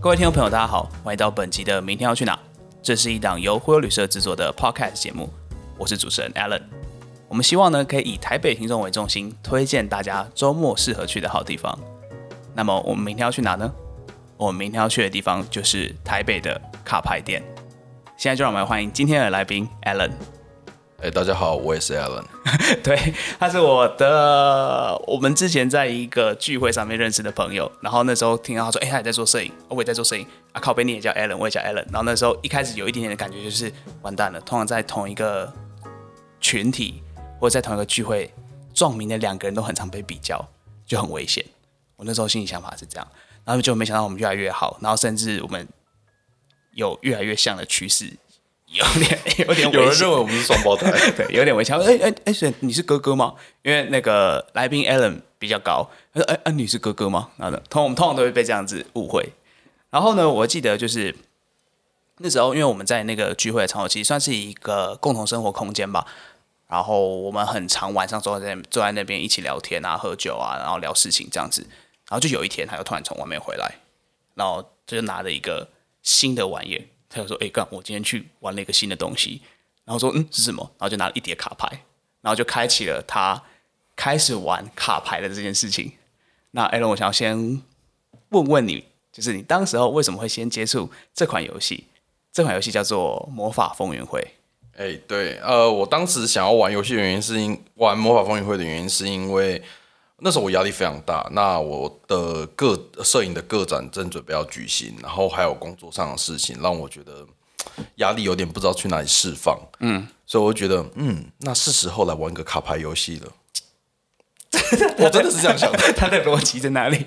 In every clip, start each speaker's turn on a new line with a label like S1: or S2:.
S1: 各位听众朋友，大家好，欢迎到本集的《明天要去哪》。这是一档由忽悠旅社制作的 Podcast 节目，我是主持人 Alan。我们希望呢，可以以台北听众为中心，推荐大家周末适合去的好地方。那么我们明天要去哪呢？我们明天要去的地方就是台北的卡牌店。现在就让我们欢迎今天的来宾 Alan。
S2: 哎、大家好，我也是 Alan。
S1: 对，他是我的，我们之前在一个聚会上面认识的朋友，然后那时候听到他说，哎、他也在做摄影，哦我也在做摄影，啊靠背你也叫 Allen，我也叫 Allen，然后那时候一开始有一点点的感觉就是完蛋了，通常在同一个群体或者在同一个聚会，撞名的两个人都很常被比较，就很危险。我那时候心里想法是这样，然后就没想到我们越来越好，然后甚至我们有越来越像的趋势，有点有点危险
S2: 有人认为我们是双胞胎，
S1: 对，有点微笑。哎哎哎，是你是哥哥吗？因为那个来宾 Alan 比较高，他说：“哎、啊，你是哥哥吗？”然后呢，通我们通常都会被这样子误会。然后呢，我记得就是那时候，因为我们在那个聚会的场所，其实算是一个共同生活空间吧。然后我们很常晚上坐在那坐在那边一起聊天啊、喝酒啊，然后聊事情这样子。然后就有一天，他就突然从外面回来，然后他就拿了一个新的玩意儿，他就说：“哎、干，我今天去玩了一个新的东西。”然后说嗯是什么？然后就拿了一叠卡牌，然后就开启了他开始玩卡牌的这件事情。那 Aaron，我想要先问问你，就是你当时候为什么会先接触这款游戏？这款游戏叫做《魔法风云会》。
S2: 哎、对，呃，我当时想要玩游戏的原因是因玩魔法风云会的原因是因为那时候我压力非常大，那我的个摄影的个展正准备要举行，然后还有工作上的事情，让我觉得嘖压力有点不知道去哪里释放。嗯，所以我就觉得，嗯，那是时候来玩个卡牌游戏了。 我真的是这样想的，
S1: 它的逻辑在哪里？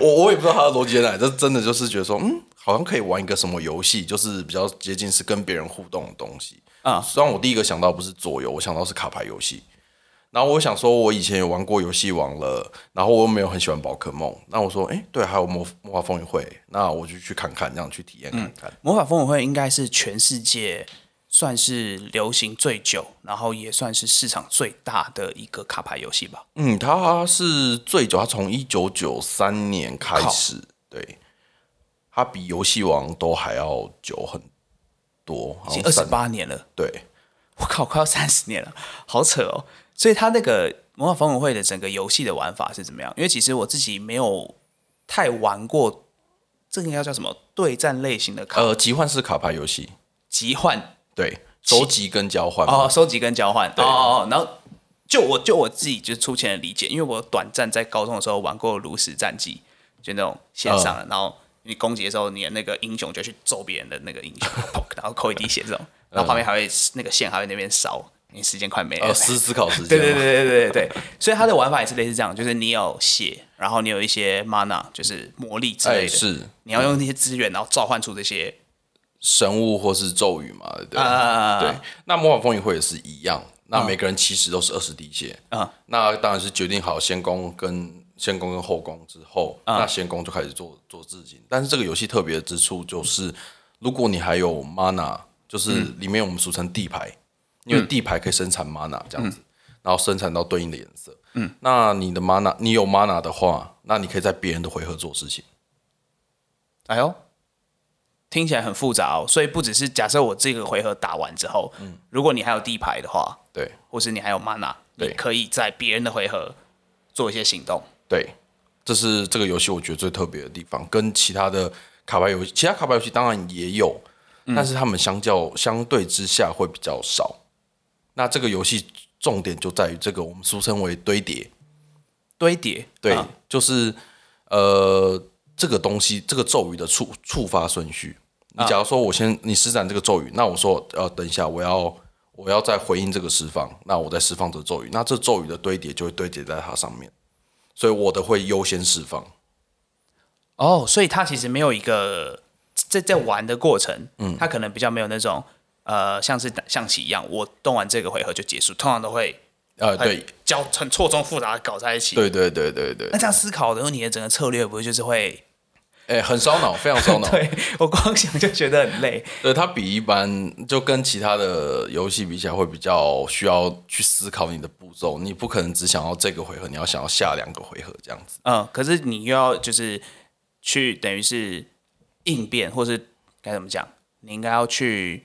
S2: 我我也不知道他的逻辑在哪里，这真的就是觉得说，嗯，好像可以玩一个什么游戏，就是比较接近是跟别人互动的东西
S1: 啊
S2: 虽然我第一个想到不是桌游，我想到是卡牌游戏。然后我想说，我以前有玩过游戏王了，然后我又没有很喜欢宝可梦。那我说，哎，对，还有魔魔法风云会，那我就去看看，这样去体验看看。
S1: 魔法风云会应该是全世界算是流行最久，然后也算是市场最大的一个卡牌游戏吧。
S2: 嗯，它是最久，它从一九九三年开始，对，它比游戏王都还要久很多，
S1: 已
S2: 好
S1: 经
S2: 像
S1: 二十
S2: 三
S1: 八年了。
S2: 对。
S1: 我靠，快要三十年了，好扯哦！所以他那个《魔法风云会》的整个游戏的玩法是怎么样？因为其实我自己没有太玩过，这个应该叫什么对战类型的卡？
S2: 呃，集换式卡牌游戏，
S1: 集换
S2: 对，收集跟交换嘛。
S1: 哦，收集跟交换，哦哦哦，然后。就我就我自己就粗浅的理解，因为我短暂在高中的时候玩过炉石战记，就那种线上的，然后你攻击的时候，你的那个英雄就去揍别人的那个英 雄，砰然后扣一滴血这种，然后旁边还会那个线还会那边烧，你时间快没了
S2: 呃，，思思考时间，
S1: 对对，对对对对，所以它的玩法也是类似这样，就是你有血，然后你有一些 mana，就是魔力之类
S2: 哎，
S1: 的，
S2: 是
S1: 你要用那些资源，然后召唤出这些
S2: 神物或是咒语嘛，对不对
S1: 啊
S2: 对。那魔法风云会也是一样，那每个人其实都是二十滴血，
S1: 嗯
S2: 那当然是决定好先攻跟先攻跟后攻之后，
S1: 嗯
S2: 那先攻就开始做做自己。但是这个游戏特别之处就是，如果你还有 mana，就是
S1: 嗯
S2: 里面我们俗称地牌，因为地牌可以生产 mana 这
S1: 嗯
S2: 样子，然后生产到对应的颜色。嗯，那你的 mana，你有 mana 的话，那你可以在别人的回合做事情。
S1: 哎呦，听起来很复杂哦。所以不只是假设我这个回合打完之后，
S2: 嗯
S1: 如果你还有地牌的话，
S2: 对
S1: 或是你还有 mana，你
S2: 对
S1: 可以在别人的回合做一些行动。
S2: 对，这是这个游戏我觉得最特别的地方，跟其他的卡牌游戏，其他卡牌游戏当然也有，但是他们相较相对之下会比较少。那这个游戏重点就在于这个我们俗称为堆叠，
S1: 堆叠，
S2: 对，
S1: 啊
S2: 就是呃这个东西这个咒语的触触发顺序。你假如说我先你施展这个咒语，那我说呃等一下我要我要再回应这个释放，那我再释放这个咒语，那这咒语的堆叠就会堆叠在它上面，所以我的会优先释放。
S1: 哦，所以他其实没有一个在在玩的过程，嗯，他可能比较没有那种呃，像是打象棋一样，我动完这个回合就结束，通常都会
S2: 呃，对，
S1: 交很错综复杂的搞在一起。，
S2: 对对对对 对，
S1: 那这样思考的时候，你的整个策略不会就是会？
S2: 哎、很烧脑，非常烧 脑。
S1: 对我光想就觉得很累。
S2: 对，它比一般就跟其他的游戏比起来，会比较需要去思考你的步骤，你不可能只想要这个回合，你要想要下两个回合这样子。
S1: 嗯，可是你又要就是去等于是应变，或是该怎么讲，你应该要去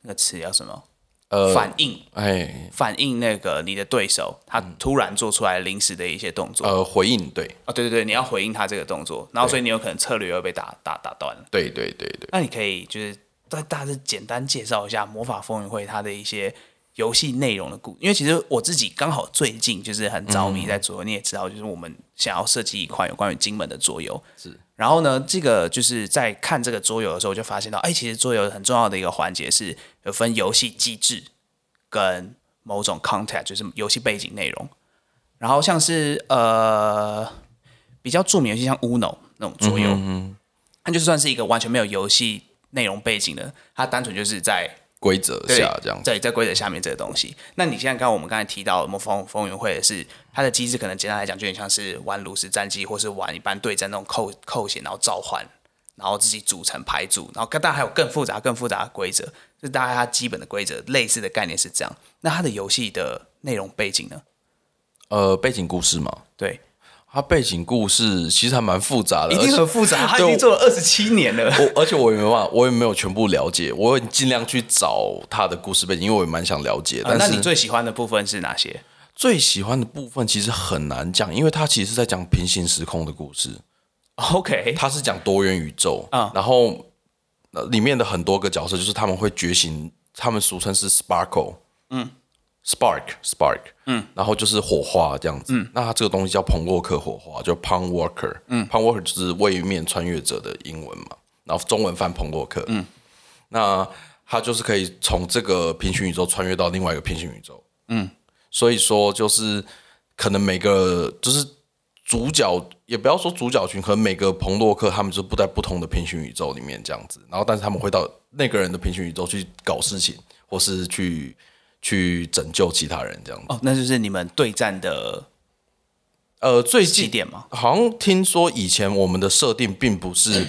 S1: 那个词叫什么？
S2: 呃，
S1: 反应，
S2: 哎，
S1: 反应那个你的对手，他突然做出来临时的一些动作。
S2: 嗯呃，回应，对，
S1: 哦，对对对，你要回应他这个动作，然后所以你有可能策略又被打打打断了。
S2: 对，对，对，对，
S1: 那你可以就是再大致简单介绍一下《魔法风云会》它的一些游戏内容的故，因为其实我自己刚好最近就是很着迷在桌游，你也知道，就是我们想要设计一款有关于金门的桌游。
S2: 是。
S1: 然后呢，这个就是在看这个桌游的时候，我就发现到，哎，其实桌游很重要的一个环节是有分游戏机制跟某种 content，就是游戏背景内容。然后像是呃比较著名的游戏，像 Uno 那种桌游，它就算是一个完全没有游戏内容背景的，它单纯就是在
S2: 规则
S1: 对
S2: 下这样子，
S1: 在在规则下面这个东西。那你现在刚我们刚才提到的魔方风云会是它的机制，可能简单来讲，就有点像是玩炉石战记，或是玩一般对战那种扣扣血，然后召唤，然后自己组成牌组，然后当然还有更复杂、更复杂的规则，这大概它基本的规则类似的概念是这样。那它的游戏的内容背景呢？
S2: 呃，背景故事嘛，
S1: 对，
S2: 它背景故事其实还蛮复杂的，
S1: 一
S2: 而
S1: 定
S2: 且
S1: 很复杂，它已
S2: 对
S1: 经
S2: 我
S1: 做了二十七年了。
S2: 我而且我也没办法，我也没有全部了解，我会尽量去找他的故事背景，因为我也蛮想了解。
S1: 呃
S2: 但
S1: 那
S2: 是
S1: 你最喜欢的部分是哪些？
S2: 最喜欢的部分其实很难讲，因为他其实是在讲平行时空的故事，
S1: OK，
S2: 他是讲多元宇宙
S1: 嗯
S2: 然后呃里面的很多个角色就是他们会觉醒，他们俗称是 Sparkle，Spark Spark，嗯，然后就是火花这样子。那它这个东西叫彭沃克火花，就 Pong Walker，嗯，Pong Walker 就是位面穿越者的英文嘛，然后中文翻彭沃克，嗯，那它就是可以从这个平行宇宙穿越到另外一个平行宇宙，嗯，所以说就是可能每个就是主角，也不要说主角群，可能每个彭洛克他们就不在不同的平行宇宙里面这样子，然后但是他们会到那个人的平行宇宙去搞事情，或是去。去拯救其他人这样子。
S1: 哦，那就是你们对战的
S2: 呃，最
S1: 起
S2: 近
S1: 点嘛。
S2: 好像听说以前我们的设定并不是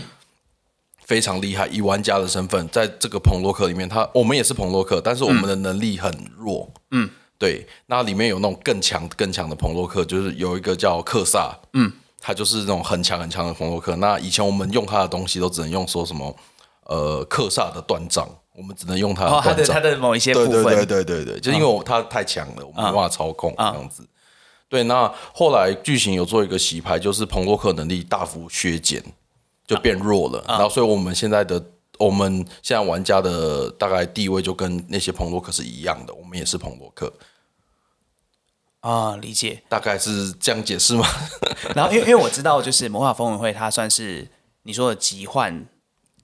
S2: 非常厉害，以玩家的身份，在这个彭洛克里面，他我们也是彭洛克，但是我们的能力很弱。嗯，对。那里面有那种更强更强的彭洛克，就是有一个叫克萨，嗯，他就是那种很强很强的彭洛克。那以前我们用他的东西都只能用说什么呃克萨的断掌，我们只能用他
S1: 哦，
S2: 的
S1: 它
S2: 断
S1: 的
S2: 掌
S1: 它。的某一些部
S2: 对
S1: 分，嗯
S2: 对对对对对，就因为我他太强了，我们没办法操控这样子。对，那后来剧情有做一个洗牌，就是彭洛克能力大幅削减，就变弱
S1: 嗯
S2: 了。然后，所以我们现在的我们现在玩家的大概地位就跟那些彭洛克是一样的，我们也是彭洛克，
S1: 啊、理解。
S2: 大概是这样解释吗？
S1: 然后因为因为我知道，就是魔法风云会它算是你说的集换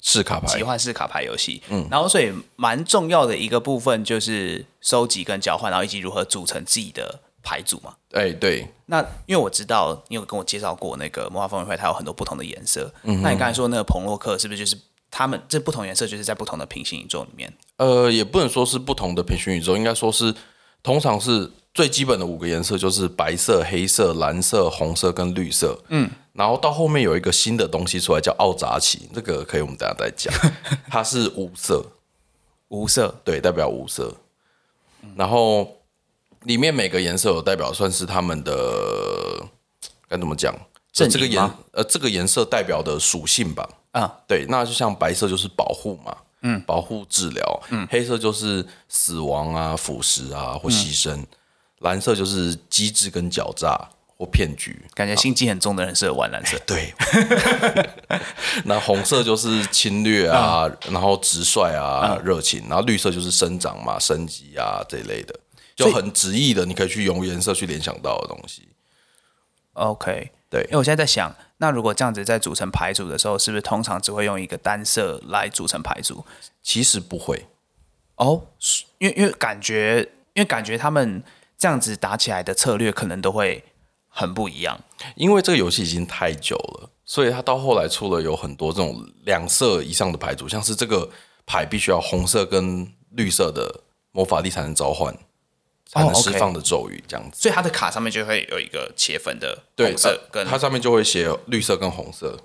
S2: 是卡牌
S1: 集，换式卡牌游戏，嗯，然后所以蛮重要的一个部分就是收集跟交换，然后以及如何组成自己的牌组嘛。
S2: 哎，对，
S1: 那因为我知道你有跟我介绍过那个魔法风云会，它有很多不同的颜色。
S2: 嗯
S1: 那你刚才说那个彭洛克是不是就是他们这不同颜色就是在不同的平行宇宙里面？
S2: 呃，也不能说是不同的平行宇宙，应该说是通常是最基本的五个颜色，就是白色、黑色、蓝色、红色跟绿色。嗯，然后到后面有一个新的东西出来叫奥扎奇，这个可以我们等一下再 讲。它是无色，
S1: 无色嗯
S2: 对，代表无色。然后里面每个颜色有代表，算是他们的该怎么讲？
S1: 阵营
S2: 这个颜
S1: 吗
S2: 呃，这个颜色代表的属性吧。
S1: 啊，
S2: 对，那就像白色就是保护嘛，嗯，保护治疗，嗯，黑色就是死亡啊、腐蚀啊或牺牲，蓝色就是机智跟狡诈或骗局，
S1: 感觉心机很重的人适合玩蓝色。
S2: 对。 那红色就是侵略啊，然后直率啊、热情，然后绿色就是生长嘛、升级啊这一类的，就
S1: 所以
S2: 很直译的，你可以去用颜色去联想到的东西。
S1: OK，
S2: 对
S1: 因为我现在在想，那如果这样子在组成牌组的时候，是不是通常只会用一个单色来组成牌组？
S2: 其实不会，
S1: 哦，是因为因为感觉，因为感觉他们这样子打起来的策略可能都会很不一样。
S2: 因为这个游戏已经太久了，所以它到后来出了有很多这种两色以上的牌组，像是这个牌必须要红色跟绿色的魔法力才能召唤，才能
S1: 哦 OK
S2: 释放的咒语这样子。
S1: 所以他的卡上面就会有一个切分的
S2: 对，呃
S1: 红色跟
S2: 它它上面就会写绿色跟红色。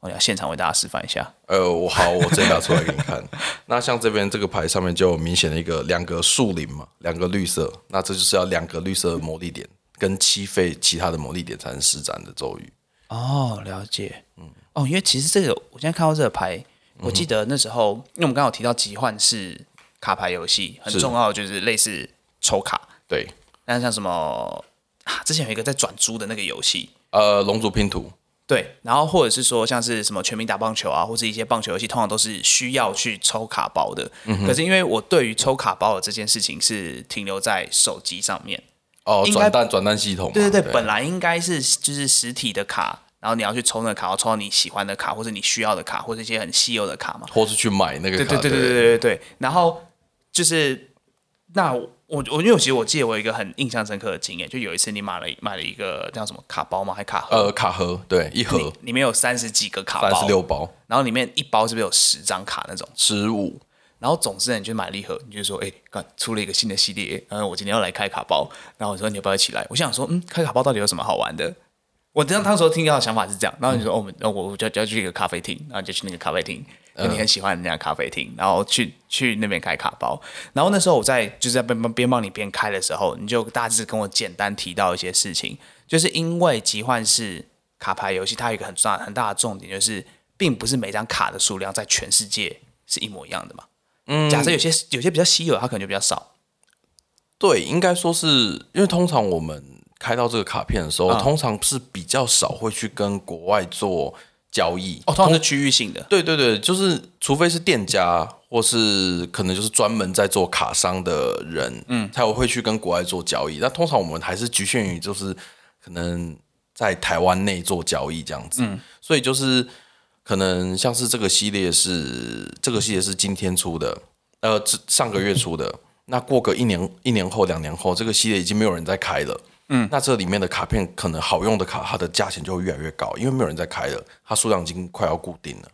S1: 我要现场为大家示范一下。
S2: 呃，我好，我直接打出来给你 看。那像这边这个牌上面就有明显的一个两个树林嘛，两个绿色，那这就是要两个绿色的魔力点跟七费其他的魔力点才能施展的咒语。
S1: 哦，了解。嗯，嗯哦，因为其实这个我现在看到这个牌，我记得那时候，因为我们刚好提到集幻是卡牌游戏，很
S2: 是
S1: 重要，就是类似抽卡。
S2: 对，
S1: 那像什么啊，之前有一个在转租的那个游戏，
S2: 呃，龙族拼图，
S1: 对，然后或者是说像是什么全民打棒球啊，或者一些棒球游戏，通常都是需要去抽卡包的。可是因为我对于抽卡包的这件事情是停留在手机上面，
S2: 哦，
S1: 应该
S2: 转蛋转蛋系统嘛，
S1: 对对对，本来应该是就是实体的卡，然后你要去抽那个卡，要抽到你喜欢的卡，或者你需要的卡，或者一些很稀有的卡嘛。
S2: 或是去买那个
S1: 对
S2: 卡，
S1: 对对对对对对。然后就是那我我我因为我其实我记得我有一个很印象深刻的经验，就有一次你买了一买了一个叫什么卡包吗？还卡盒？
S2: 呃，卡盒，对，一盒
S1: 里面有三十几个卡
S2: 三
S1: 包
S2: 十，六包，
S1: 然后里面一包是不是有十张卡那种？
S2: 十五，
S1: 然后总之呢，你就买了一盒，你就说，哎、看出了一个新的系列，然后我今天要来开卡包，然后我说你要不要一起来？我想说，嗯，开卡包到底有什么好玩的？我当当时候听到的想法是这样，然后你说，哦，我们，哦我我就就要去一个咖啡厅，然后你就去那个咖啡厅，就你很喜欢人家的咖啡厅，然后去去那边开卡包。然后那时候我在就是在边帮边帮你边开的时候，你就大致跟我简单提到一些事情，就是因为集幻式卡牌游戏，它有一个很重要很大的重点，就是并不是每张卡的数量在全世界是一模一样的嘛。假设有些有些比较稀有，它可能就比较少。
S2: 对，应该说是因为通常我们开到这个卡片的时
S1: 嗯
S2: 候，通常是比较少会去跟国外做交易。
S1: 哦，通常是区域性的。
S2: 对对对，就是除非是店家，或是可能就是专门在做卡商的人，嗯，才有会去跟国外做交易。那通常我们还是局限于就是可能在台湾内做交易这样子，所以就是可能像是这个系列是这个系列是今天出的，呃，这上个月出的。那过个一年、一年后、两年后，这个系列已经没有人在开了。嗯，那这里面的卡片可能好用的卡，它的价钱就会越来越高，因为没有人在开了，它数量已经快要固定了。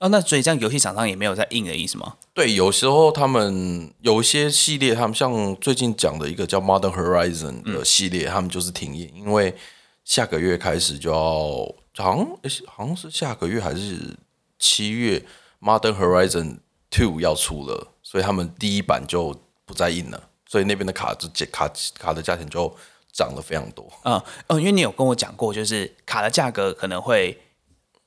S1: 哦，那所以这样游戏厂商也没有在硬的意思吗？
S2: 对，有时候他们有一些系列，他们像最近讲的一个叫《Modern Horizon》的系列，他们就是停业，因为下个月开始就要，好像诶好像是下个月还是七月，《Modern Horizon Two》要出了，所以他们第一版就不再印了，所以那边的卡就卡卡的价钱就涨了非常多。
S1: 嗯，哦，因为你有跟我讲过，就是卡的价格可能会，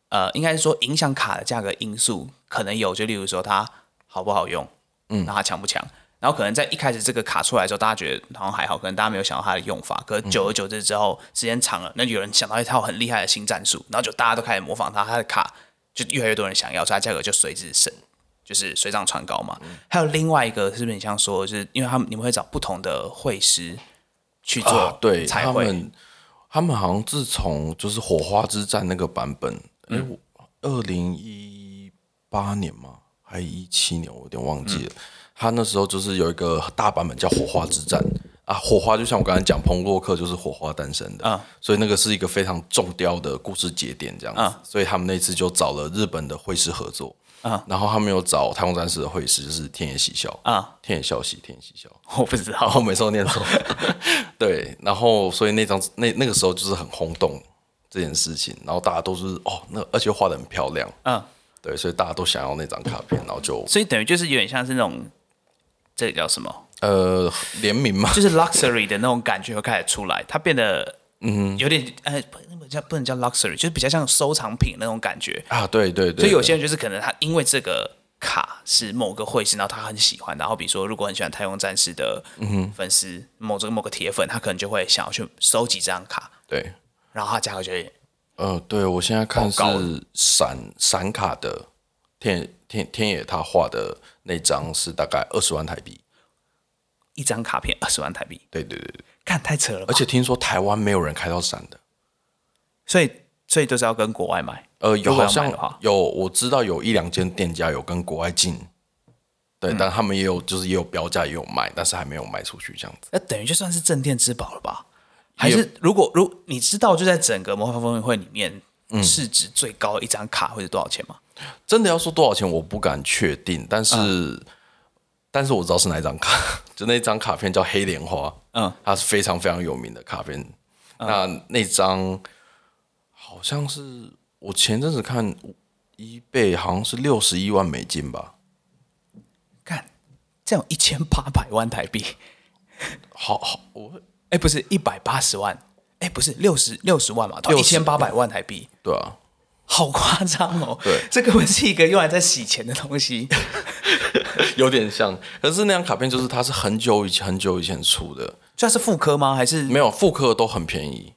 S1: 呃，应该是说影响卡的价格因素可能有，就例如说它好不好用，嗯，那它强不强，然后可能在一开始这个卡出来的时候，大家觉得好像还好，可能大家没有想到它的用法，可是
S2: 嗯
S1: 久而久之之后，时间长了，那有人想到一套很厉害的新战术，然后就大家都开始模仿它，它的卡就越来越多人想要，所以它价格就随之升。就是水涨船高嘛，
S2: 嗯
S1: 还有另外一个是不是你像说，就是因为他们你们会找不同的会师去做、
S2: 啊、对
S1: 彩
S2: 他
S1: 绘
S2: 们，他们好像自从就是火花之战那个版本，哎、
S1: 嗯
S2: 我二零一八年吗？还一七年，我有点忘记
S1: 嗯
S2: 了。他那时候就是有一个大版本叫火花之战啊，火花就像我刚才讲，彭洛克就是火花诞生的，
S1: 啊
S2: 所以那个是一个非常重雕的故事节点这样子。
S1: 啊
S2: 所以他们那次就找了日本的绘师合作。
S1: 啊
S2: 然后他们有找太空战士的绘师，就是天野喜孝
S1: 啊，
S2: 天野孝喜，天野喜孝，
S1: 我不知道
S2: 然。后美少 年头，对，然后所以那张那那个时候就是很轰动这件事情，然后大家都是哦，那而且画的很漂亮，
S1: 嗯，
S2: 对，所以大家都想要那张卡片，然后就
S1: 所以等于就是有点像是那种，这个叫什么？
S2: 呃联名嘛，
S1: 就是 luxury 的那种感觉会开始出来，它变得嗯，有点呃，不那不叫不能叫 luxury，就是比较像收藏品那种感觉。
S2: 啊，对对对，
S1: 所以有
S2: 对
S1: 些人就是可能他因为这个卡是某个会师，然后他很喜欢，然后比如说如果很喜欢太空战士的粉丝，某这个某个铁粉，他可能就会想要去收集这张卡，
S2: 对，
S1: 然后他价格就会
S2: 呃，对我现在看
S1: 高高
S2: 是闪闪卡的天天天野他画的那张是大概二十万台币，
S1: 一张卡片二十万台币，
S2: 对对对，对
S1: 看太扯了吧
S2: 而且听说台湾没有人开到闪的。
S1: 所以所以都是要跟国外买。
S2: 呃，有
S1: 如果
S2: 好
S1: 要买
S2: 像
S1: 的话
S2: 有我知道有一两间店家有跟国外进，对，
S1: 嗯
S2: 但他们也有就是也有标价也有卖，但是还没有卖出去这样子。
S1: 那等于就算是镇店之宝了吧？还是如果如你知道，就在整个魔法风云会里面，
S2: 嗯
S1: 市值最高一张卡会是多少钱吗？
S2: 真的要说多少钱，我不敢确定，但是、
S1: 嗯
S2: 但是我知道是哪一张卡，就那张卡片叫黑莲花，
S1: 嗯，
S2: 它是非常非常有名的卡片。那那张好像是我前阵子看一倍，好像是六十一万美金吧，
S1: 看，这样一千八百万台币，
S2: 好好我
S1: 哎，不是一百八十万，哎，不是六十六十万嘛，到一
S2: 60
S1: 千八百万台币，
S2: 对啊，
S1: 好夸张哦！
S2: 对
S1: 这根本是一个用来在洗钱的东 西。
S2: 有点像。可是那张卡片就是它是很久以前很久以前出的，
S1: 这是副科吗？还是
S2: 没有复刻都很便宜。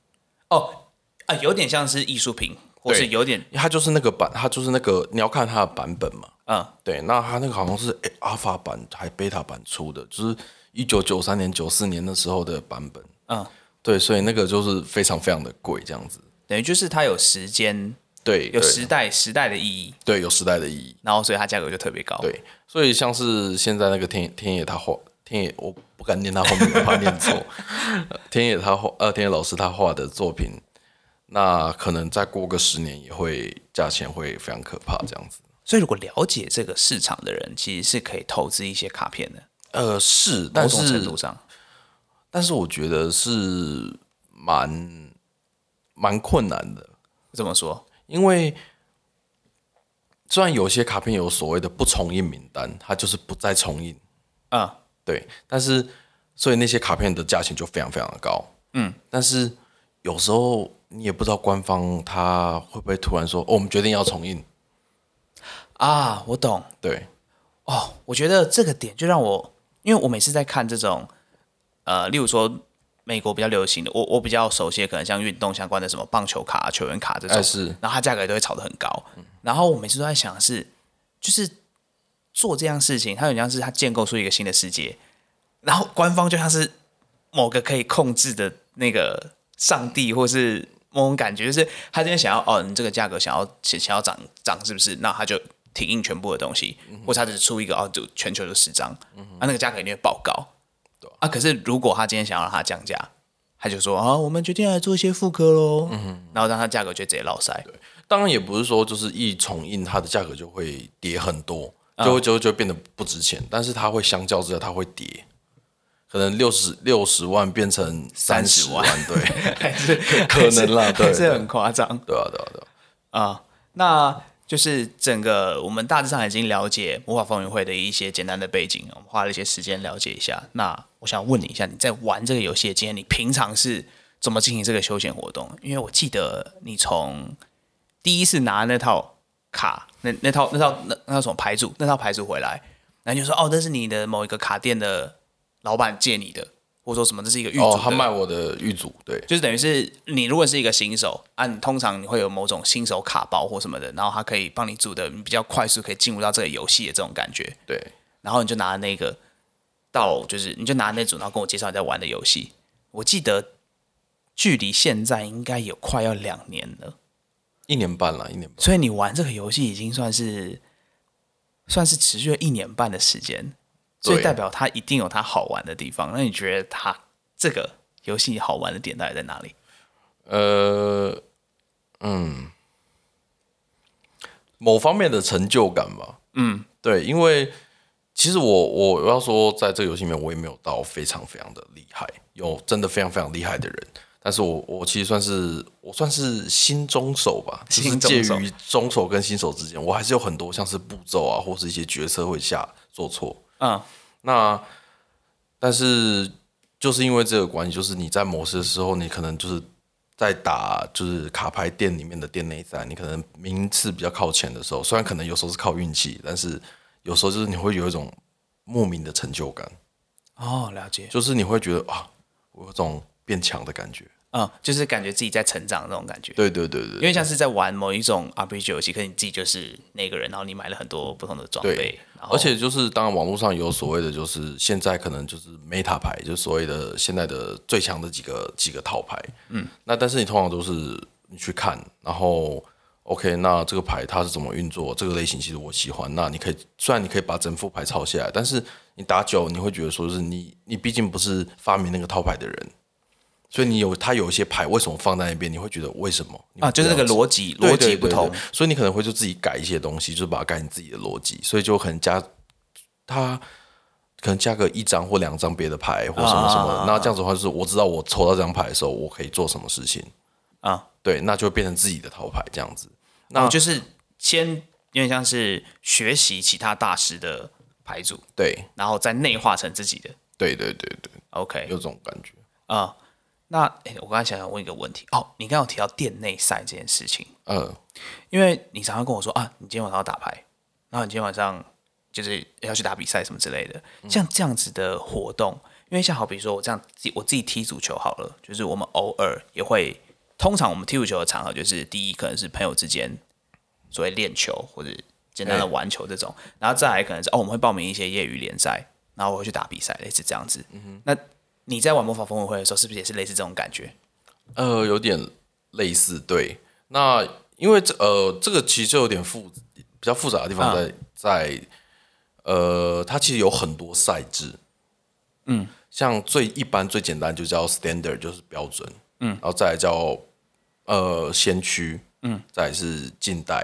S1: 哦啊，有点像是艺术品，或是
S2: 对
S1: 有点
S2: 它就是那个版，它就是那个你要看它的版本嘛。
S1: 嗯，
S2: 对，那它那个好像是诶阿法版还贝塔版出的，就是一九九三年、九四年那时候的版本。
S1: 嗯，
S2: 对，所以那个就是非常非常的贵，这样子。
S1: 等于就是它有时间、
S2: 对，
S1: 有
S2: 对
S1: 时代、时代的意义，
S2: 对有时代的意义。
S1: 然后所以它价格就特别高。
S2: 对，所以像是现在那个天天野他画天野，我不敢念他后面，我怕念 错。呃天野他画呃天野老师他画的作品，那可能再过个十年也会价钱会非常可怕这样子。
S1: 所以如果了解这个市场的人，其实是可以投资一些卡片的，
S2: 呃，是，
S1: 某
S2: 但
S1: 种程
S2: 是
S1: 度上。
S2: 但是我觉得是蛮蛮困难的，
S1: 这么说？
S2: 因为虽然有些卡片有所谓的不重印名单，它就是不再重印，
S1: 嗯，
S2: 对，但是所以那些卡片的价钱就非常非常的高，嗯，但是有时候你也不知道官方他会不会突然说，哦，我们决定要重印，
S1: 啊，我懂。
S2: 对，
S1: 哦，我觉得这个点就让我，因为我每次在看这种，呃，例如说美国比较流行的，我我比较熟悉的，可能像运动相关的什么棒球卡、球员卡这种，
S2: 哎是
S1: 然后它价格都会炒得很高。然后我每次都在想的是，就是做这样事情，它很像是它建构出一个新的世界，然后官方就像是某个可以控制的那个上帝，或是某种感觉，就是他今天想要哦，你这个价格想要想想要涨涨是不是？那他就停印全部的东西，或者他只出一个哦，就全球就十张，啊那、那个价格一定会爆高。啊，可是如果他今天想要让它降价，他就说啊，我们决定来做一些复刻喽，然后让它价格就直接落塞。
S2: 当然也不是说就是一重印它的价格就会跌很多，就会就会就会变得不值钱，但是它会相较之下它会跌。可能六十六十万变成三十
S1: 30
S2: 万
S1: 万，
S2: 对，
S1: 还是
S2: 可能啦
S1: 还是
S2: 对
S1: 还是
S2: 对
S1: 很夸张
S2: 对啊，对啊，对啊，
S1: 啊。那就是整个我们大致上已经了解魔法风云会的一些简单的背景，我们花了一些时间了解一下。那我想问你一下，你在玩这个游戏的经验，你平常是怎么进行这个休闲活动？因为我记得你从第一次拿那套卡，那那套那套那那套什么牌组，那套牌组回来，然后你就说哦，这是你的某一个卡店的老板借你的，或者说什么，这是一个预祝的、
S2: 哦，他卖我的玉组，对，
S1: 就是等于是你如果是一个新手啊，你通常你会有某种新手卡包或什么的，然后它可以帮你组的比较快速，可以进入到这个游戏的这种感觉。
S2: 对，
S1: 然后你就拿那个到，就是你就拿那组，然后跟我介绍你在玩的游戏。我记得距离现在应该有快要两年了，
S2: 一年半了，一年半，
S1: 所以你玩这个游戏已经算是算是持续了一年半的时间，所以
S2: 对
S1: 代表它一定有它好玩的地方。那你觉得它这个游戏好玩的点到底在哪里？
S2: 呃，嗯，某方面的成就感吧，嗯，对，因为其实我我要说，在这个游戏里面，我也没有到非常非常的厉害，有真的非常非常厉害的人，但是我我其实算是我算是新中手吧，就是
S1: 新中
S2: 介
S1: 手
S2: 于中手跟新手之间，我还是有很多像是步骤啊，或是一些决策会下做错，
S1: 嗯，
S2: 那但是就是因为这个关系，就是你在模式的时候，你可能就是在打就是卡牌店里面的店内赛，你可能名次比较靠前的时候，虽然可能有时候是靠运气，但是有时候就是你会有一种莫名的成就感，
S1: 哦，了解。
S2: 就是你会觉得啊，我有种变强的感觉。
S1: 嗯，就是感觉自己在成长那种感觉，
S2: 对对对对
S1: 因为像是在玩某一种 RPG 游戏，可是你自己就是那个人，然后你买了很多不同的装备
S2: 对，
S1: 然后
S2: 而且就是，当然网络上有所谓的，就是现在可能就是 Meta 牌，就是所谓的现在的最强的几个几个套牌。嗯，那但是你通常都是你去看，然后 OK，那这个牌它是怎么运作？这个类型其实我喜欢。那你可以虽然你可以把整副牌抄下来，但是你打久你会觉得说是你你毕竟不是发明那个套牌的人，所以你有它有一些牌为什么放在那边，你会觉得为什么你会
S1: 啊，就是那个
S2: 这样
S1: 逻
S2: 子
S1: 辑
S2: 对
S1: 逻辑
S2: 对
S1: 不
S2: 对
S1: 同
S2: 对，所以你可能会就自己改一些东西，就是把它改你自己的逻辑，所以就可能加它可能加个一张或两张别的牌或什么什
S1: 啊
S2: 么的，那这样子的话就是我知道我抽到这张牌的时候，我可以做什么事情
S1: 啊，
S2: 对，那就变成自己的套牌这样子。
S1: 然后就是先有点像是学习其他大师的牌组，
S2: 对
S1: 然后再内化成自己的。
S2: 对对对对，
S1: OK
S2: 有这种感觉。
S1: 啊、那诶我刚才想想问一个问题哦，你刚刚有提到店内赛这件事情，
S2: 呃，
S1: 因为你常常跟我说啊，你今天晚上要打牌，然后你今天晚上就是要去打比赛什么之类的，像这样子的活动，因为像好比说我这样自己我自己踢足球好了，就是我们偶尔也会，通常我们踢足球的场合就是第一可能是朋友之间所谓练球或者简单的
S2: 嘿
S1: 玩球这种，然后再来可能是哦我们会报名一些业余联赛，然后我会去打比赛，类似这样子。那你在玩魔法峰会会的时候，是不是也是类似这种感觉？
S2: 呃，有点类似，对。那因为这呃，这个其实就有点复比较复杂的地方在、在呃，它其实有很多赛制，嗯，像最一般最简单就叫 standard，就是标准，嗯，然后再来叫呃先驱，嗯，再来是近代，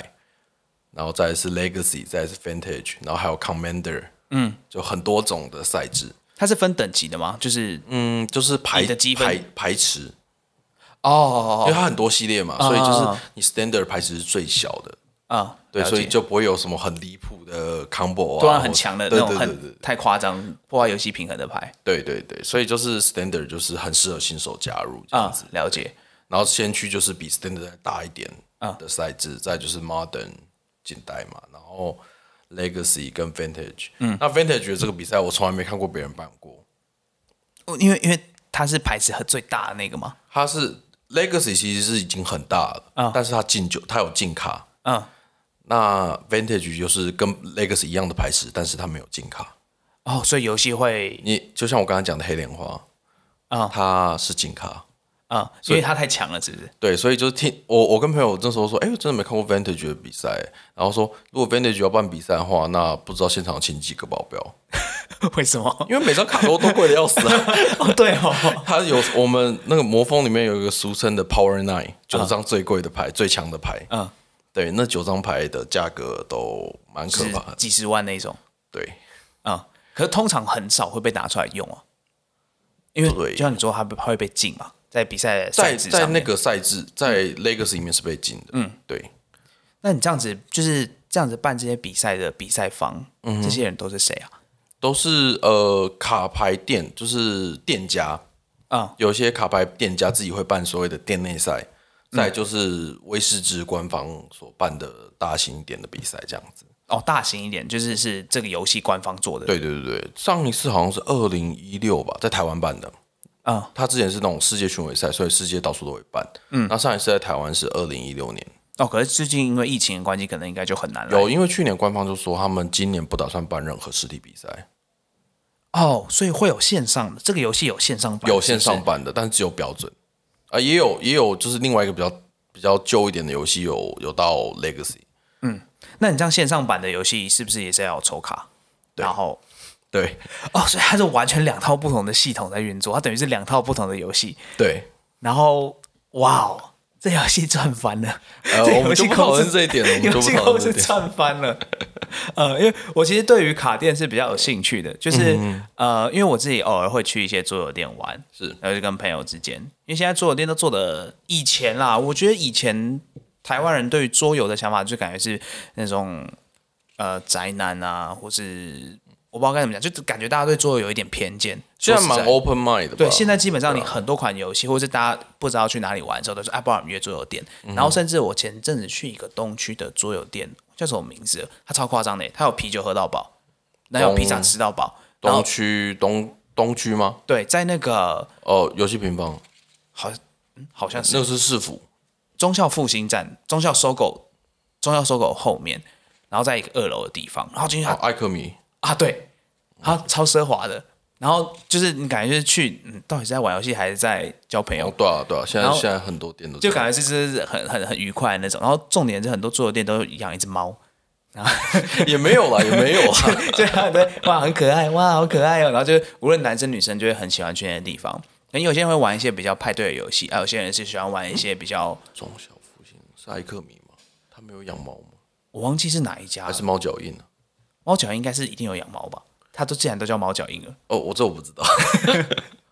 S2: 然后再来是 legacy，再来是 vintage，然后还有 commander，嗯，就很多种的赛制，
S1: 它是分等级的吗？就是
S2: 嗯，就是排
S1: 你的积分
S2: 排排池，
S1: 哦
S2: 因为它很多系列嘛，所以就是你 standard 排值是最小的，
S1: 啊，
S2: 对，
S1: 了
S2: 所以
S1: 解
S2: 就不会有什么很离谱的 combo 啊，
S1: 突然很强的那
S2: 或者
S1: 种
S2: 对对对
S1: 很太夸张破坏游戏平衡的牌
S2: 对对对对，所以就是 standard 就是很适合新手加入这样
S1: 啊
S2: 子，，
S1: 了解
S2: 然后先驱就是比 standard 再大一点
S1: 啊
S2: 的赛制，再就是 modern 近代嘛，然后 legacy 跟 vintage，嗯，那 vintage 的这个比赛我从来没看过别人办过，
S1: 哦因为因为它是牌子和最大的那个嘛，
S2: 它是 legacy 其实是已经很大了，但是它进九，它有进卡，
S1: 嗯，
S2: 那 Vantage 就是跟 Legacy 一样的牌池，但是它没有进卡。
S1: 哦，所以游戏会
S2: 你就像我刚才讲的黑莲花，
S1: 啊
S2: 它是进卡。
S1: 啊，因为它太强了，是不是？
S2: 对，所以就是听我，我跟朋友那时候说，哎、我真的没看过 Vantage 的比赛，然后说如果 Vantage 要办比赛的话，那不知道现场有请几个保镖，
S1: 为什么？
S2: 因为每张卡都都贵的要死、啊。
S1: 哦，对 哦，
S2: 它有我们那个魔方里面有一个俗称的 Power Nine，九张最贵的牌，最强的牌。
S1: 啊嗯，
S2: 对，那九张牌的价格都蛮可
S1: 是
S2: 怕的。
S1: 几十万那种
S2: 对，
S1: 啊，可是通常很少会被拿出来用啊，因为
S2: 对
S1: 就像你说，它被它会被禁嘛，在比赛的赛
S2: 在
S1: 制
S2: 在
S1: 上
S2: 那
S1: 面。嗯
S2: 个赛制，在 Legacy 里面是被禁的。嗯，对。
S1: 那你这样子就是这样子办这些比赛的比赛方，这些人都是谁啊？
S2: 都是呃卡牌店，就是店家，
S1: 啊
S2: 有些卡牌店家自己会办所谓的店内赛，
S1: 嗯
S2: 再就是威士忌官方所办的大型一点的比赛这样子。
S1: 哦，大型一点，就是是这个游戏官方做的。
S2: 对对对对，上一次好像是二零一六吧，在台湾办的。
S1: 啊，
S2: 他之前是那种世界巡回赛，所以世界到处都会办。嗯，那上一次在台湾是二零一六年，
S1: 哦，可是最近因为疫情的关系，可能应该就很难了。
S2: 有因为去年官方就说他们今年不打算办任何实体比赛，
S1: 哦，所以会有线上的这个游戏有线上版，
S2: 有线
S1: 是
S2: 上
S1: 不
S2: 版的，但是只有标准啊、也有也有就是另外一个比较比较旧一点的游戏有有到 Legacy，
S1: 是。那你这样线上版的游戏是不是也是要有抽卡？然后
S2: 对
S1: 哦，所以它是完全两套不同的系统在运作，它等于是两套不同的游戏。
S2: 对，
S1: 然后哇哦，这游戏赚翻了！
S2: 呃
S1: 这游戏
S2: 我们就不
S1: 公司
S2: 讨论这一点了我们就
S1: 游
S2: 不
S1: 戏
S2: 讨论
S1: 公
S2: 这
S1: 司
S2: 一点
S1: 赚翻了。呃，因为我其实对于卡店是比较有兴趣的，就是、
S2: 嗯
S1: 呃，因为我自己偶尔会去一些桌游店玩，
S2: 是
S1: 然后就跟朋友之间，因为现在桌游店都做的以前啦，我觉得以前台湾人对于桌游的想法就感觉是那种呃宅男啊，或是我不知道该怎么讲，就感觉大家对桌游有一点偏见，
S2: 现在
S1: 说实
S2: 蛮 open mind 的吧，
S1: 对，现在基本上你很多款游戏，或是大家不知道去哪里玩的时候，都是哎，不然我们约桌游店。然后甚至我前阵子去一个东区的桌游店，叫什么名字了？它超夸张的，它有啤酒喝到饱，然后有披萨吃到饱，然
S2: 东
S1: 后
S2: 区东东区吗？
S1: 对，在那个
S2: 哦，游戏平方，
S1: 好嗯好像
S2: 那
S1: 是
S2: 个是市府，
S1: 中校复兴站、中校收购、中校收购后面，然后在一个二楼的地方，然后进去它
S2: 哦，艾克米，
S1: 啊，对，它超奢华的。然后就是你感觉就是去，嗯，到底是在玩游戏还是在交朋友
S2: 哦，？对啊对啊，现在
S1: 然后
S2: 现在很多店都
S1: 就感觉是是很很很愉快的那种。然后重点是很多桌游店都养一只猫，
S2: 觉也没有啦，也没有 啦，
S1: 对啊，对，哇，很可爱，哇，好可爱哦。然后就无论男生女生就会很喜欢去那些地方。可能有些人会玩一些比较派对的游戏，啊，有些人是喜欢玩一些比较
S2: 中小复兴是艾克米吗？他没有养猫吗？
S1: 我忘记是哪一家
S2: 还
S1: 了
S2: 是。猫脚印呢？
S1: 猫脚印应该是一定有养猫吧？它都既然都叫猫脚印了，
S2: 哦，我这我不 知道，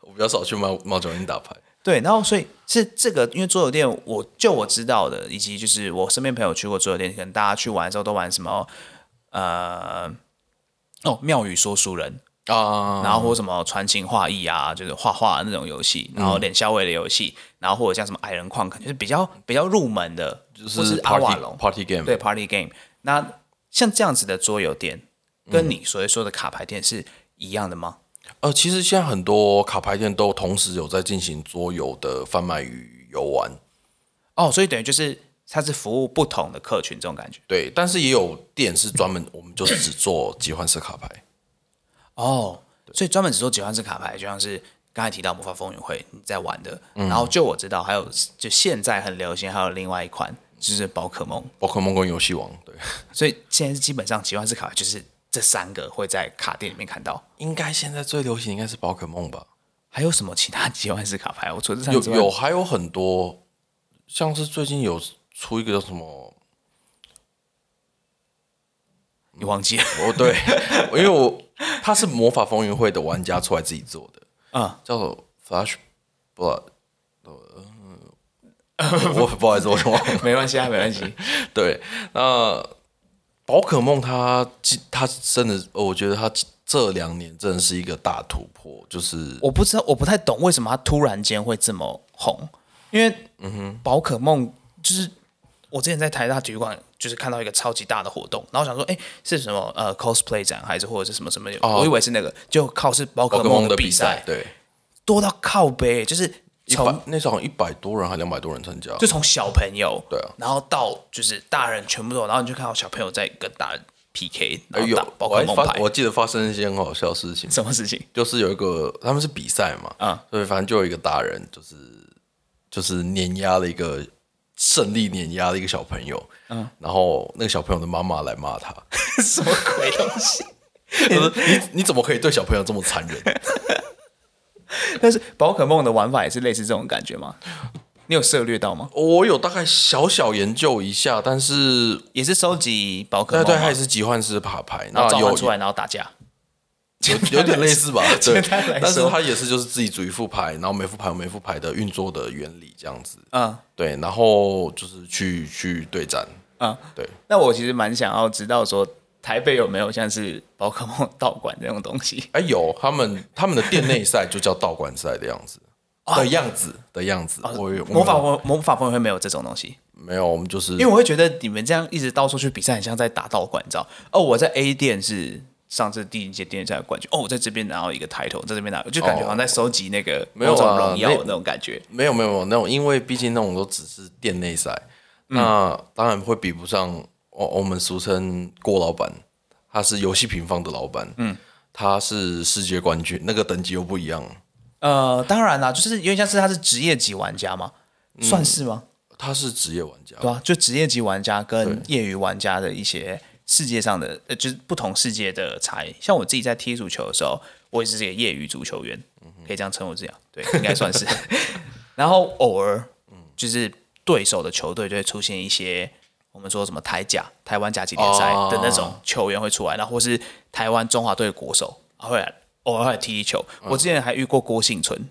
S2: 我比较少去猫猫脚印打牌。
S1: 对。然后所以是这个，因为桌游店我就我知道的，以及就是我身边朋友去过桌游店，可能大家去玩的时候都玩什么呃哦妙语说书人，
S2: 啊，
S1: 然后或什么传情画意啊，就是画画那种游戏，然后脸消委的游戏，然后或者像什么矮人矿坑，就是比较比较入门的，就
S2: 就
S1: 或
S2: 是
S1: 是阿瓦
S2: party 嗯
S1: 隆
S2: party game，
S1: 对 party game。那像这样子的桌游店，跟你所说的卡牌店是一样的吗？
S2: 呃，其实现在很多卡牌店都同时有在进行桌游的贩卖与游玩，
S1: 哦，所以等于就是它是服务不同的客群这种感觉。
S2: 对，但是也有店是专门我们就只做集换式卡牌，
S1: 哦，所以专门只做几万式卡牌，就像是刚才提到魔法风云会你在玩的，然后就我知道还有就现在很流行，还有另外一款就是宝可梦，
S2: 宝可梦跟游戏王，对，
S1: 所以现在基本上几万式卡牌就是这三个会在卡店里面看到。
S2: 应该现在最流行应该是宝可梦吧，
S1: 还有什么其他几万式卡牌？我除了这三
S2: 有
S1: 个之外
S2: 有还有很多，像是最近有出一个叫什么，
S1: 你忘记了？
S2: 哦对，因为我他是魔法风云会的玩家出来自己做的，
S1: 嗯，
S2: 叫做 Flash Blood，呃，呃我不好意思，我忘了。
S1: 没关系啊，没关系。
S2: 对，那宝可梦它其它真的，呃我觉得它这两年真的是一个大突破，就是
S1: 我不知道，我不太懂为什么它突然间会这么红，因为宝可梦就是我之前在台大体育馆就是看到一个超级大的活动，然后想说，哎、是什么呃 cosplay 展还是或者是什么什么？我以为是那个，就靠是宝
S2: 哦宝
S1: 可
S2: 可梦
S1: 梦
S2: 的
S1: 比
S2: 比赛，
S1: 赛，
S2: 对，
S1: 多到靠背，就是
S2: 一
S1: 从
S2: 百那时候好像一百多人还两百多人参加，
S1: 就从小朋友
S2: 对啊
S1: 然后到就是大人全部都有，然后你就看到小朋友在跟大人 PK，
S2: 哎
S1: 然后
S2: 呦
S1: 打，宝
S2: 我
S1: 可
S2: 还
S1: 梦
S2: 发
S1: 牌，
S2: 我记得发生一些很好笑的事情，
S1: 什么事情？
S2: 就是有一个他们是比赛嘛，
S1: 嗯
S2: 所以反正就有一个大人就是就是碾压了一个胜利碾压了一个小朋友，嗯，然后那个小朋友的妈妈来 骂他，
S1: 什么鬼东西？
S2: 她说你你怎么可以对小朋友这么残忍？
S1: 但是宝可梦的玩法也是类似这种感觉吗？你有涉略到吗？
S2: 我有大概小小研究一下，但是
S1: 也是收集宝可
S2: 对
S1: 梦
S2: 对，
S1: 吗
S2: 它也是集换式卡牌，
S1: 然后
S2: 那
S1: 召
S2: 有
S1: 唤出来，然后打架。
S2: 有有 点类似吧，对
S1: 简单来说。
S2: 但是它也是就是自己组一副牌，然后每副牌有每副牌的运作的原理这样子，
S1: 嗯
S2: 对，然后就是去去对战，
S1: 嗯，
S2: 对，
S1: 那我其实蛮想要知道说，台北有没有像是宝可梦道馆这种东西？
S2: 哎有他们他们的店内赛就叫道馆赛的样子。的样子的样子，我有
S1: 啊魔法
S2: 我
S1: 魔魔法峰会没有这种东西，
S2: 没有，我们就是
S1: 因为我会觉得你们这样一直到处去比赛，很像在打道馆，你知道？哦，我在 A 店是上次第一届电赛的冠军，哦，我在这边拿到一个 title，在这边拿，就感觉好像在收集那个
S2: 没有
S1: 某种
S2: 啊
S1: 荣耀
S2: 没
S1: 那种感觉。
S2: 没有没有没有那种，因为毕竟那种都只是店内赛，
S1: 嗯
S2: 那当然会比不上我我们俗称郭老板，他是游戏平方的老板，嗯，他是世界冠军，那个等级又不一样，
S1: 呃，当然啦，就是因为像是他是职业级玩家嘛，
S2: 嗯
S1: 算是吗？
S2: 他是职业玩家，
S1: 对啊，就职业级玩家跟业余玩家的一些世界上的，呃，就是不同世界的差异。像我自己在踢足球的时候，我也是这个业余足球员，可以这样称我自己啊，对，应该算是。 然后偶尔，就是对手的球队就会出现一些我们说什么台甲、台湾甲级联赛
S2: 哦
S1: 的那种球员会出来，然后或是台湾中华队的国手啊会来偶尔会来踢踢球。我之前还遇过郭幸存，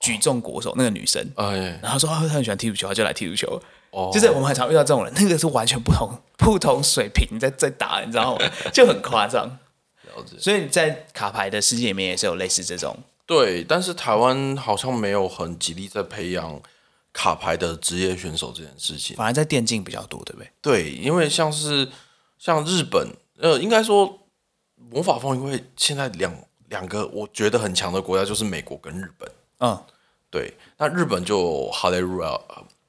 S1: 举重国手那个女生，
S2: 哎，
S1: 然后说啊他很喜欢踢足球，他就来踢足球。
S2: 哦
S1: 就是我们很常遇到这种人，那个是完全不同 不同水平在在打，你知道吗？ 就很夸张。
S2: 了解，
S1: 所以在卡牌的世界里面也是有类似这种
S2: 对，但是台湾好像没有很极力在培养卡牌的职业选手这件事情，
S1: 反而在电竞比较多，对不对？
S2: 对，因为像是像日本，呃，应该说魔法风云会现在两两个我觉得很强的国家就是美国跟日本。
S1: 嗯，
S2: 对，那日本就哈雷路亚，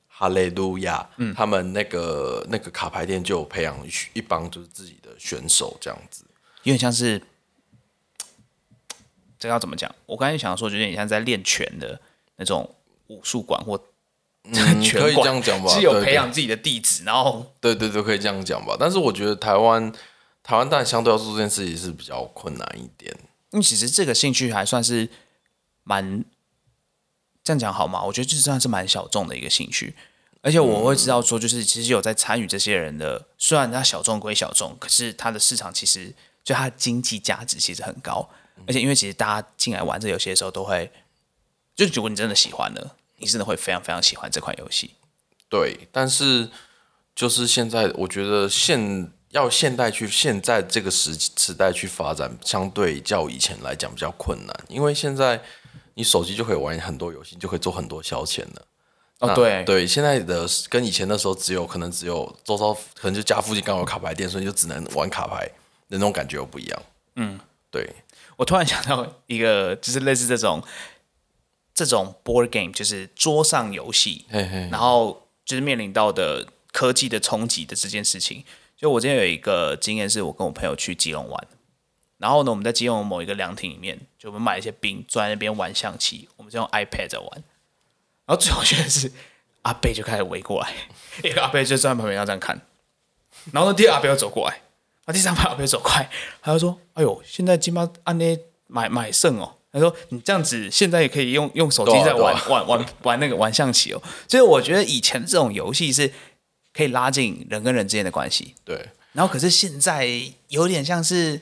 S2: 哈雷路亚，
S1: 嗯
S2: 他们那个那个卡牌店就有培养一群一帮就是自己的选手这样 子。
S1: 有点像是这个要怎么讲？我刚才想说，就有点像在练拳的那种武术馆或 拳
S2: 嗯可以
S1: 馆，
S2: 这样讲吧
S1: 是有
S2: 对
S1: 培养自己的弟子，然后
S2: 对对对，可以这样讲吧。但是我觉得台湾台湾但相对要做这件事情是比较困难一点。
S1: 因为其实这个兴趣还算是蛮这样讲好吗？我觉得这算是蛮小众的一个兴趣，而且我会知道说，就是其实有在参与这些人的，虽然他小众归小众，可是他的市场其实就他的经济价值其实很高，而且因为其实大家进来玩这游戏的时候都会，就如果你真的喜欢了，你真的会非常非常喜欢这款游戏。
S2: 对，但是就是现在，我觉得现要现代去现在这个时时代去发展，相对较以前来讲比较困难，因为现在你手机就可以玩很多游戏，就可以做很多消遣了。
S1: 哦
S2: 那
S1: 对
S2: 啊对，现在的跟以前那时候只有可能只有周遭可能就家附近刚好有卡牌店，所以就只能玩卡牌的那种感觉又不一样。嗯，对，
S1: 我突然想到一个，就是类似这种这种 board game，就是桌上游戏，
S2: 嘿嘿，
S1: 然后就是面临到的科技的冲击的这件事情。就我之前有一个经验，是我跟我朋友去基隆玩，然后呢，我们在基隆某一个凉亭里面，就我们买了一些冰，坐在那边玩象棋，我们是用 iPad 在玩。然后最好笑的是，阿贝就开始围过来，一
S2: 啊
S1: 个阿贝就站在旁边要这样看，然后呢，第二个阿贝又走过来，然后第三个阿贝又走过来，他就说：“哎呦，现在金巴按呢买买剩哦。”他说：“你这样子现在也可以用用手机
S2: 对啊
S1: 在
S2: 对
S1: 玩、
S2: 啊
S1: 玩玩玩那个玩象棋哦。”所以我觉得以前这种游戏是可以拉近人跟人之间的关系，
S2: 对，
S1: 然后可是现在有点像是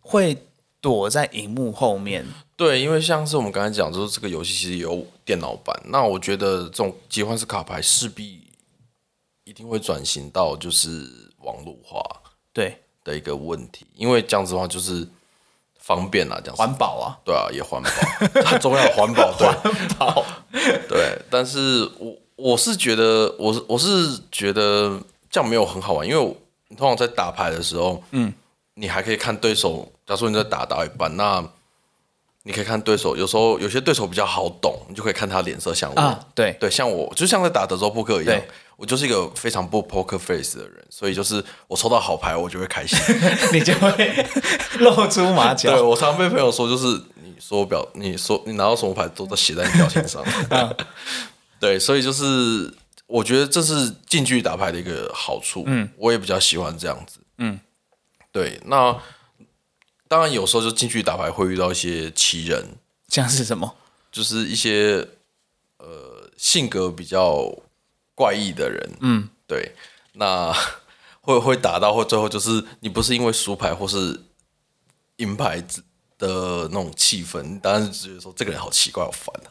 S1: 会躲在荧幕后面，
S2: 对，因为像是我们刚才讲，就是这个游戏其实有电脑版，那我觉得这种集换式卡牌势必一定会转型到就是网络化
S1: 对，
S2: 的一个问题，因为这样子的话就是方便啦，这样子
S1: 环保啊，
S2: 对啊，也环保， 很重要，环保，对，
S1: 好，
S2: 对，但是我我是觉得，我是我是觉得这样没有很好玩，因为我你通常在打牌的时候，嗯，你还可以看对手。假如说你在打打一半，那你可以看对手，有时候有些对手比较好懂，你就可以看他脸色像我，
S1: 啊，对，
S2: 对，像我就像在打德州扑克一样
S1: 对，
S2: 我就是一个非常不 poker face 的人，所以就是我抽到好牌我就会开心。
S1: 你就会露出马
S2: 对
S1: 脚。
S2: 我常被朋友说，就是你说表，你说你拿到什么牌都在写在你表 情上。啊对，所以就是我觉得这是近距离打牌的一个好处。嗯，我也比较喜欢这样子。嗯，对。那当然有时候就近距离打牌会遇到一些奇人，
S1: 像是什么？
S2: 就是一些呃性格比较怪异的人，嗯，对，那 会会打到或最后就是你不是因为输牌或是赢牌之的那种气氛，你当然是觉得说这个人好奇怪，好烦啊。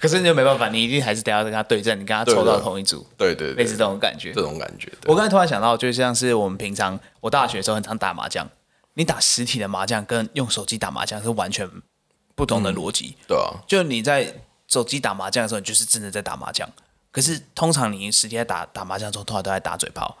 S1: 可是你就没办法，你一定还是得要跟他对阵，你跟他抽
S2: 对
S1: 到
S2: 对
S1: 同一组，
S2: 对对
S1: 类
S2: 对，
S1: 似这种感觉
S2: 这。种感觉，对
S1: 我刚才突然想到，就像是我们平常，我大学的时候很常打麻将，你打实体的麻将跟用手机打麻将是完全不同的逻辑。
S2: 对啊，
S1: 就你在手机打麻将的时候，你就是真的在打麻将。可是通常你实际在打打麻将中，通常都在打嘴炮，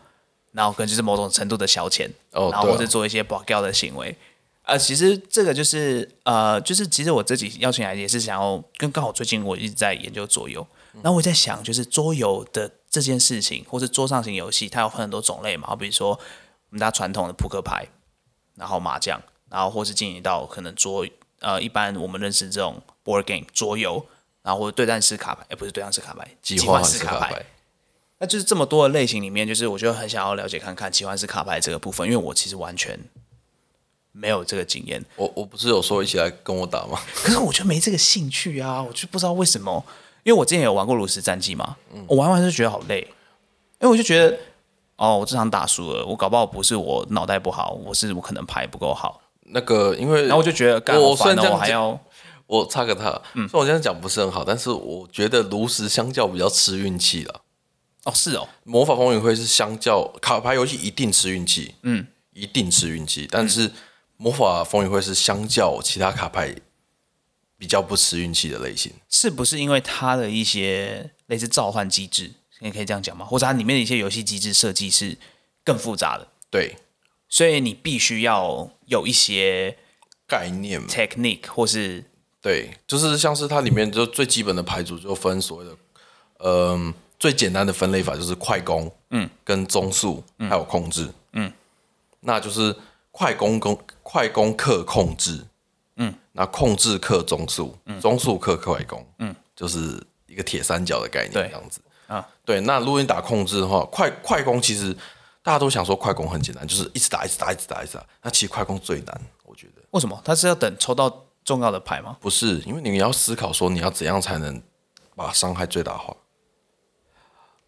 S1: 然后可能就是某种程度的消遣，
S2: 哦
S1: 然后或
S2: 对
S1: 者
S2: 啊
S1: 做一些保钓的行为。呃，其实这个就是呃，就是其实我自己邀请来也是想要跟刚好最近我一直在研究桌游，
S2: 嗯
S1: 然后我在想就是桌游的这件事情，或是桌上型游戏，它有很多种类嘛，好比如说我们大家传统的扑克牌，然后麻将，然后或是进行到可能桌呃，一般我们认识这种 board game 桌游，然后或者对战式卡牌，哎、不是对战式卡牌，
S2: 计
S1: 计
S2: 划
S1: 换式
S2: 式
S1: 卡
S2: 卡
S1: 牌，
S2: 牌，
S1: 那就是这么多的类型里面，就是我就很想要了解看看奇幻式卡牌这个部分，因为我其实完全没有这个经验，
S2: 我我不是有说一起来跟我打吗？
S1: 可是我就没这个兴趣啊，我就不知道为什么，因为我之前有玩过炉石战记嘛，
S2: 嗯
S1: 我玩完就觉得好累，因为我就觉得哦，我这场打输了，我搞不好不是我脑袋不好，我是我可能牌不够好，
S2: 那个因为
S1: 然后我就嗯觉得干
S2: 我
S1: 好
S2: 虽然
S1: 烦哦，
S2: 这样
S1: 我还
S2: 讲
S1: 要
S2: 我插个他，虽然我这样讲不是很好，但是我觉得炉石相较比较吃运气了。
S1: 哦是哦，
S2: 魔法风云会是相较卡牌游戏一定吃运气，嗯，一定吃运气。但是魔法风云会是相较其他卡牌比较不吃运气的类型。
S1: 是不是因为它的一些类似召唤机制，你可以这样讲吗？或者它里面的一些游戏机制设计是更复杂的，
S2: 对，
S1: 所以你必须要有一些
S2: 概念嘛，
S1: technique 或是
S2: 对，就是像是它里面就最基本的牌组就分所谓的，嗯、最简单的分类法就是快攻，嗯，跟中速，还有控制，嗯，那就是快攻攻快攻克控制，嗯，那控制克中速，中速克快攻，嗯，就是一个铁三角的概念，
S1: 对
S2: 这样子
S1: 啊。
S2: 对，那如果你打控制的话，快快攻其实大家都想说快攻很简单，就是一直打，一直打，一直打，一直打。那其实快攻最难，我觉得。
S1: 为什么？它是要等抽到重要的牌吗？
S2: 不是，因为你要思考说你要怎样才能把伤害最大化。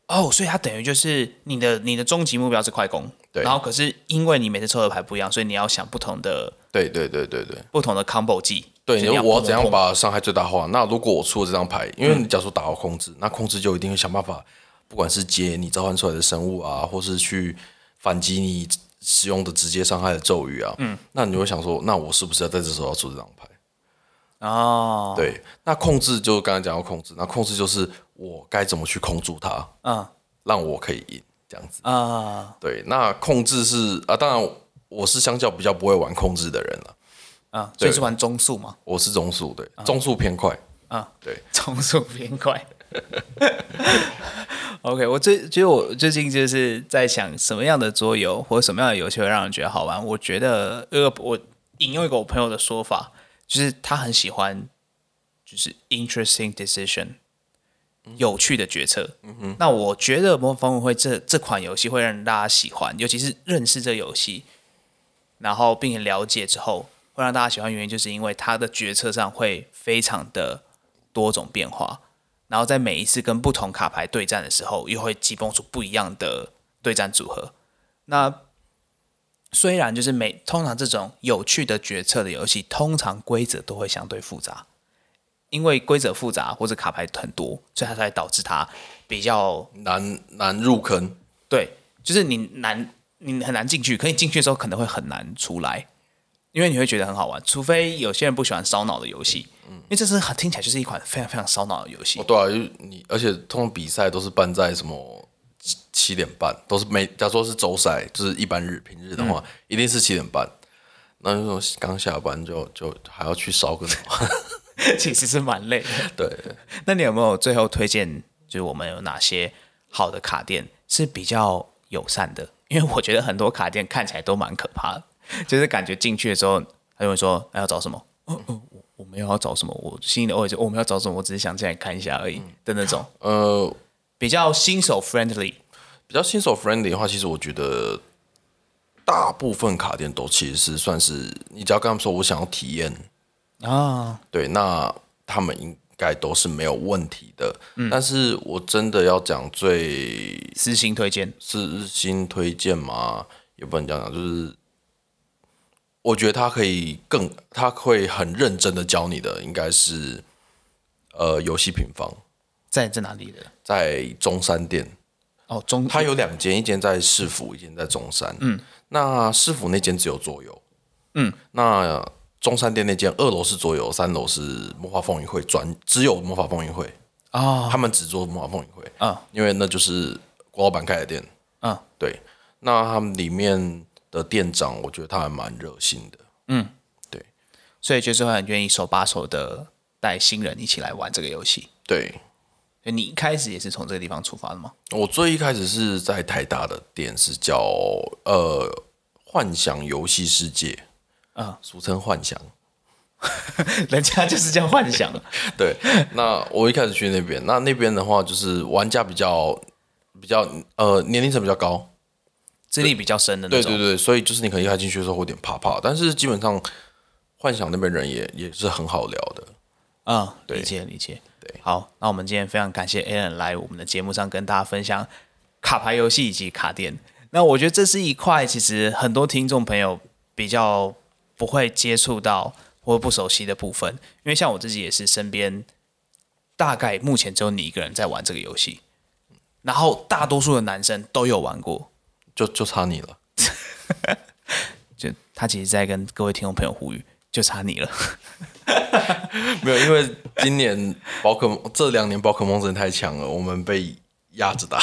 S1: 哦，所以它等于就是你的你的终极目标是快攻，
S2: 对
S1: 然后可是因为你每次抽的牌不一样，所以你要想不同的
S2: 对对对对对
S1: 不同的 combo 技。
S2: 对，
S1: 就
S2: 你
S1: 是
S2: 说
S1: 要
S2: 我要
S1: 砰
S2: 怎样
S1: 砰砰
S2: 把伤害最大化？那如果我出了这张牌，因为你假如说打到控制，那控制就一定会想办法，不管是接你召唤出来的生物啊，或是去反击你使用的直接伤害的咒语啊，嗯，那你就会想说，那我是不是要在这时候要出这张牌？
S1: 哦，，
S2: 对，那控制就刚才讲到控制，那控制就是我该怎么去控住它，
S1: 嗯
S2: 让我可以赢这样子。
S1: 啊
S2: 对，那控制是啊，当然我是相较比较不会玩控制的人了，
S1: 啊，所以是玩中速嘛，
S2: 我是中速，对，中速偏快，
S1: 啊，
S2: 对，
S1: 中速偏快。OK，我最其实我最近就是在想什么样的桌游或者什么样的游戏会让人觉得好玩。我觉得呃，我引用一个我朋友的说法，就是他很喜欢就是 interesting decision，有趣的决策。那我觉得《魔法风云会这》这款游戏会让大家喜欢，尤其是认识这游戏，然后并且了解之后，会让大家喜欢的原因，就是因为它的决策上会非常的多种变化，然后在每一次跟不同卡牌对战的时候，又会激蹦出不一样的对战组合。那虽然就是每通常这种有趣的决策的游戏，通常规则都会相对复杂，因为规则复杂或者卡牌很多，所以它才导致它比较
S2: 难难入坑。
S1: 对，就是你难，你很难进去，可你进去的时候可能会很难出来，因为你会觉得很好玩，除非有些人不喜欢烧脑的游戏，因为这是很听起来就是一款非常非常烧脑的游戏
S2: 哦，，对啊，就是你，而且通常比赛都是办在什么七七点半，都是每假如说是周赛，就是一般日平日的话，
S1: 嗯
S2: 一定是七点半。那就说刚下班就就还要去烧个什么？
S1: 其实是蛮累的。
S2: 对，
S1: 那你有没有最后推荐，就是我们有哪些好的卡店是比较友善的？因为我觉得很多卡店看起来都蛮可怕的， 就是感觉进去的时候，他就会说：“哎，要找什么？”
S2: 嗯
S1: 哦哦，我我没有要找什么，我心里的 OS 我们要找什么，我只是想进来看一下而已
S2: 嗯
S1: 的那种，
S2: 呃，
S1: 比较新手 friendly。
S2: 比较新手 friendly 的话，其实我觉得大部分卡店都其实是算是，你只要跟他们说我想要体验，
S1: 啊，
S2: 对，那他们应该都是没有问题的。但是我真的要讲最
S1: 私信推荐
S2: 是日新推荐吗？也不能这样讲，就是我觉得他可以更，他会很认真的教你的，应该是呃游戏平方
S1: 在在哪里的？
S2: 在中山店，
S1: 哦，中
S2: 它有两间，一间在市府，一间在中山。嗯，那市府那间只有桌游。嗯，那中山店那间二楼是桌游，三楼是魔法风云会，专只有魔法风云会，
S1: 啊
S2: 他们只做魔法风云会。
S1: 啊
S2: 因为那就是郭老板开的店。
S1: 啊，
S2: 对，那他们里面的店长，我觉得他还蛮热心的。
S1: 所以就是会很愿意手把手的带新人一起来玩这个游戏。
S2: 对
S1: 所以你一开始也是从这个地方出发的吗？
S2: 我最一开始是在台大的店，是叫呃幻想游戏世界，
S1: 啊，
S2: 俗称幻想。
S1: 人家就是这样幻 想的。
S2: 对，那我一开始去那边，那那边的话就是玩家比较比较呃年龄层比较高，
S1: 资历比较深的那
S2: 对
S1: 种。
S2: 对对，所以就是你可能一开始进去的时候会有点怕怕，但是基本上幻想那边人也也是很好聊的。
S1: 啊、理解理解。对，好，那我们今天非常感谢 Alan 来我们的节目上跟大家分享卡牌游戏以及卡店。那我觉得这是一块其实很多听众朋友比较不会接触到或不熟悉的部分，因为像我自己也是身边大概目前只有你一个人在玩这个游戏，然后大多数的男生都有玩过，
S2: 就就差你了，
S1: 就他其实在跟各位听众朋友呼吁，就差你了。
S2: 没有，因为今年宝可梦这两年宝可梦真的太强了，我们被压着打。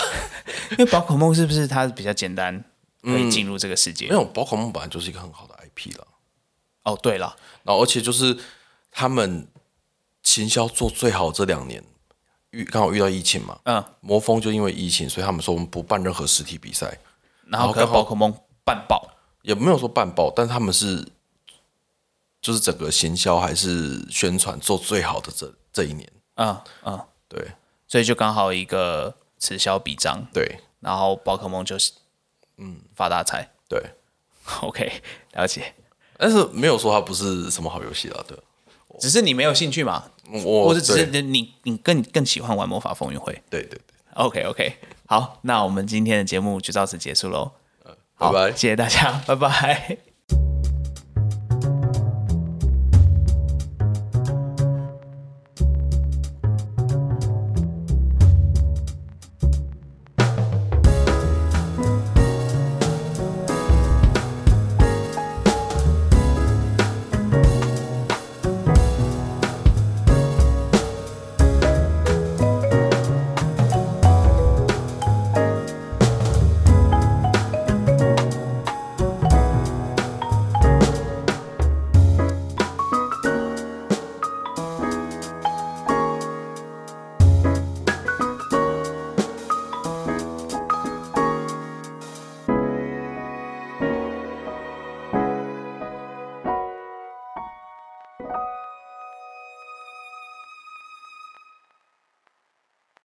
S1: 因为宝可梦是不是它比较简单，可以进入这个世界？
S2: 没有，宝可梦本来就是一个很好的 IP 了，
S1: 哦，对了，
S2: 然后而且就是他们行销做最好这两年，遇刚好遇到疫情嘛，
S1: 嗯，
S2: 魔风就因为疫情，所以他们说我们不办任何实体比赛，
S1: 然后
S2: 然后刚
S1: 跟
S2: 好
S1: 宝可梦办爆，
S2: 也没有说办爆，但他们是就是整个行销还是宣传做最好的这这一年，
S1: 嗯嗯，
S2: 对
S1: 所以就刚好一个此消彼长，
S2: 对
S1: 然后宝可梦就是嗯发大财。
S2: 对，
S1: OK，了解。
S2: 但是没有说它不是什么好游戏啦，对，
S1: 只是你没有兴趣嘛，
S2: 我
S1: 或者只是
S2: 对
S1: 你你你更更喜欢玩魔法风云会
S2: 对对对，
S1: ？OK OK，好，那我们今天的节目就到此结束喽。
S2: 拜
S1: 好
S2: 拜。
S1: 谢谢大家，拜拜。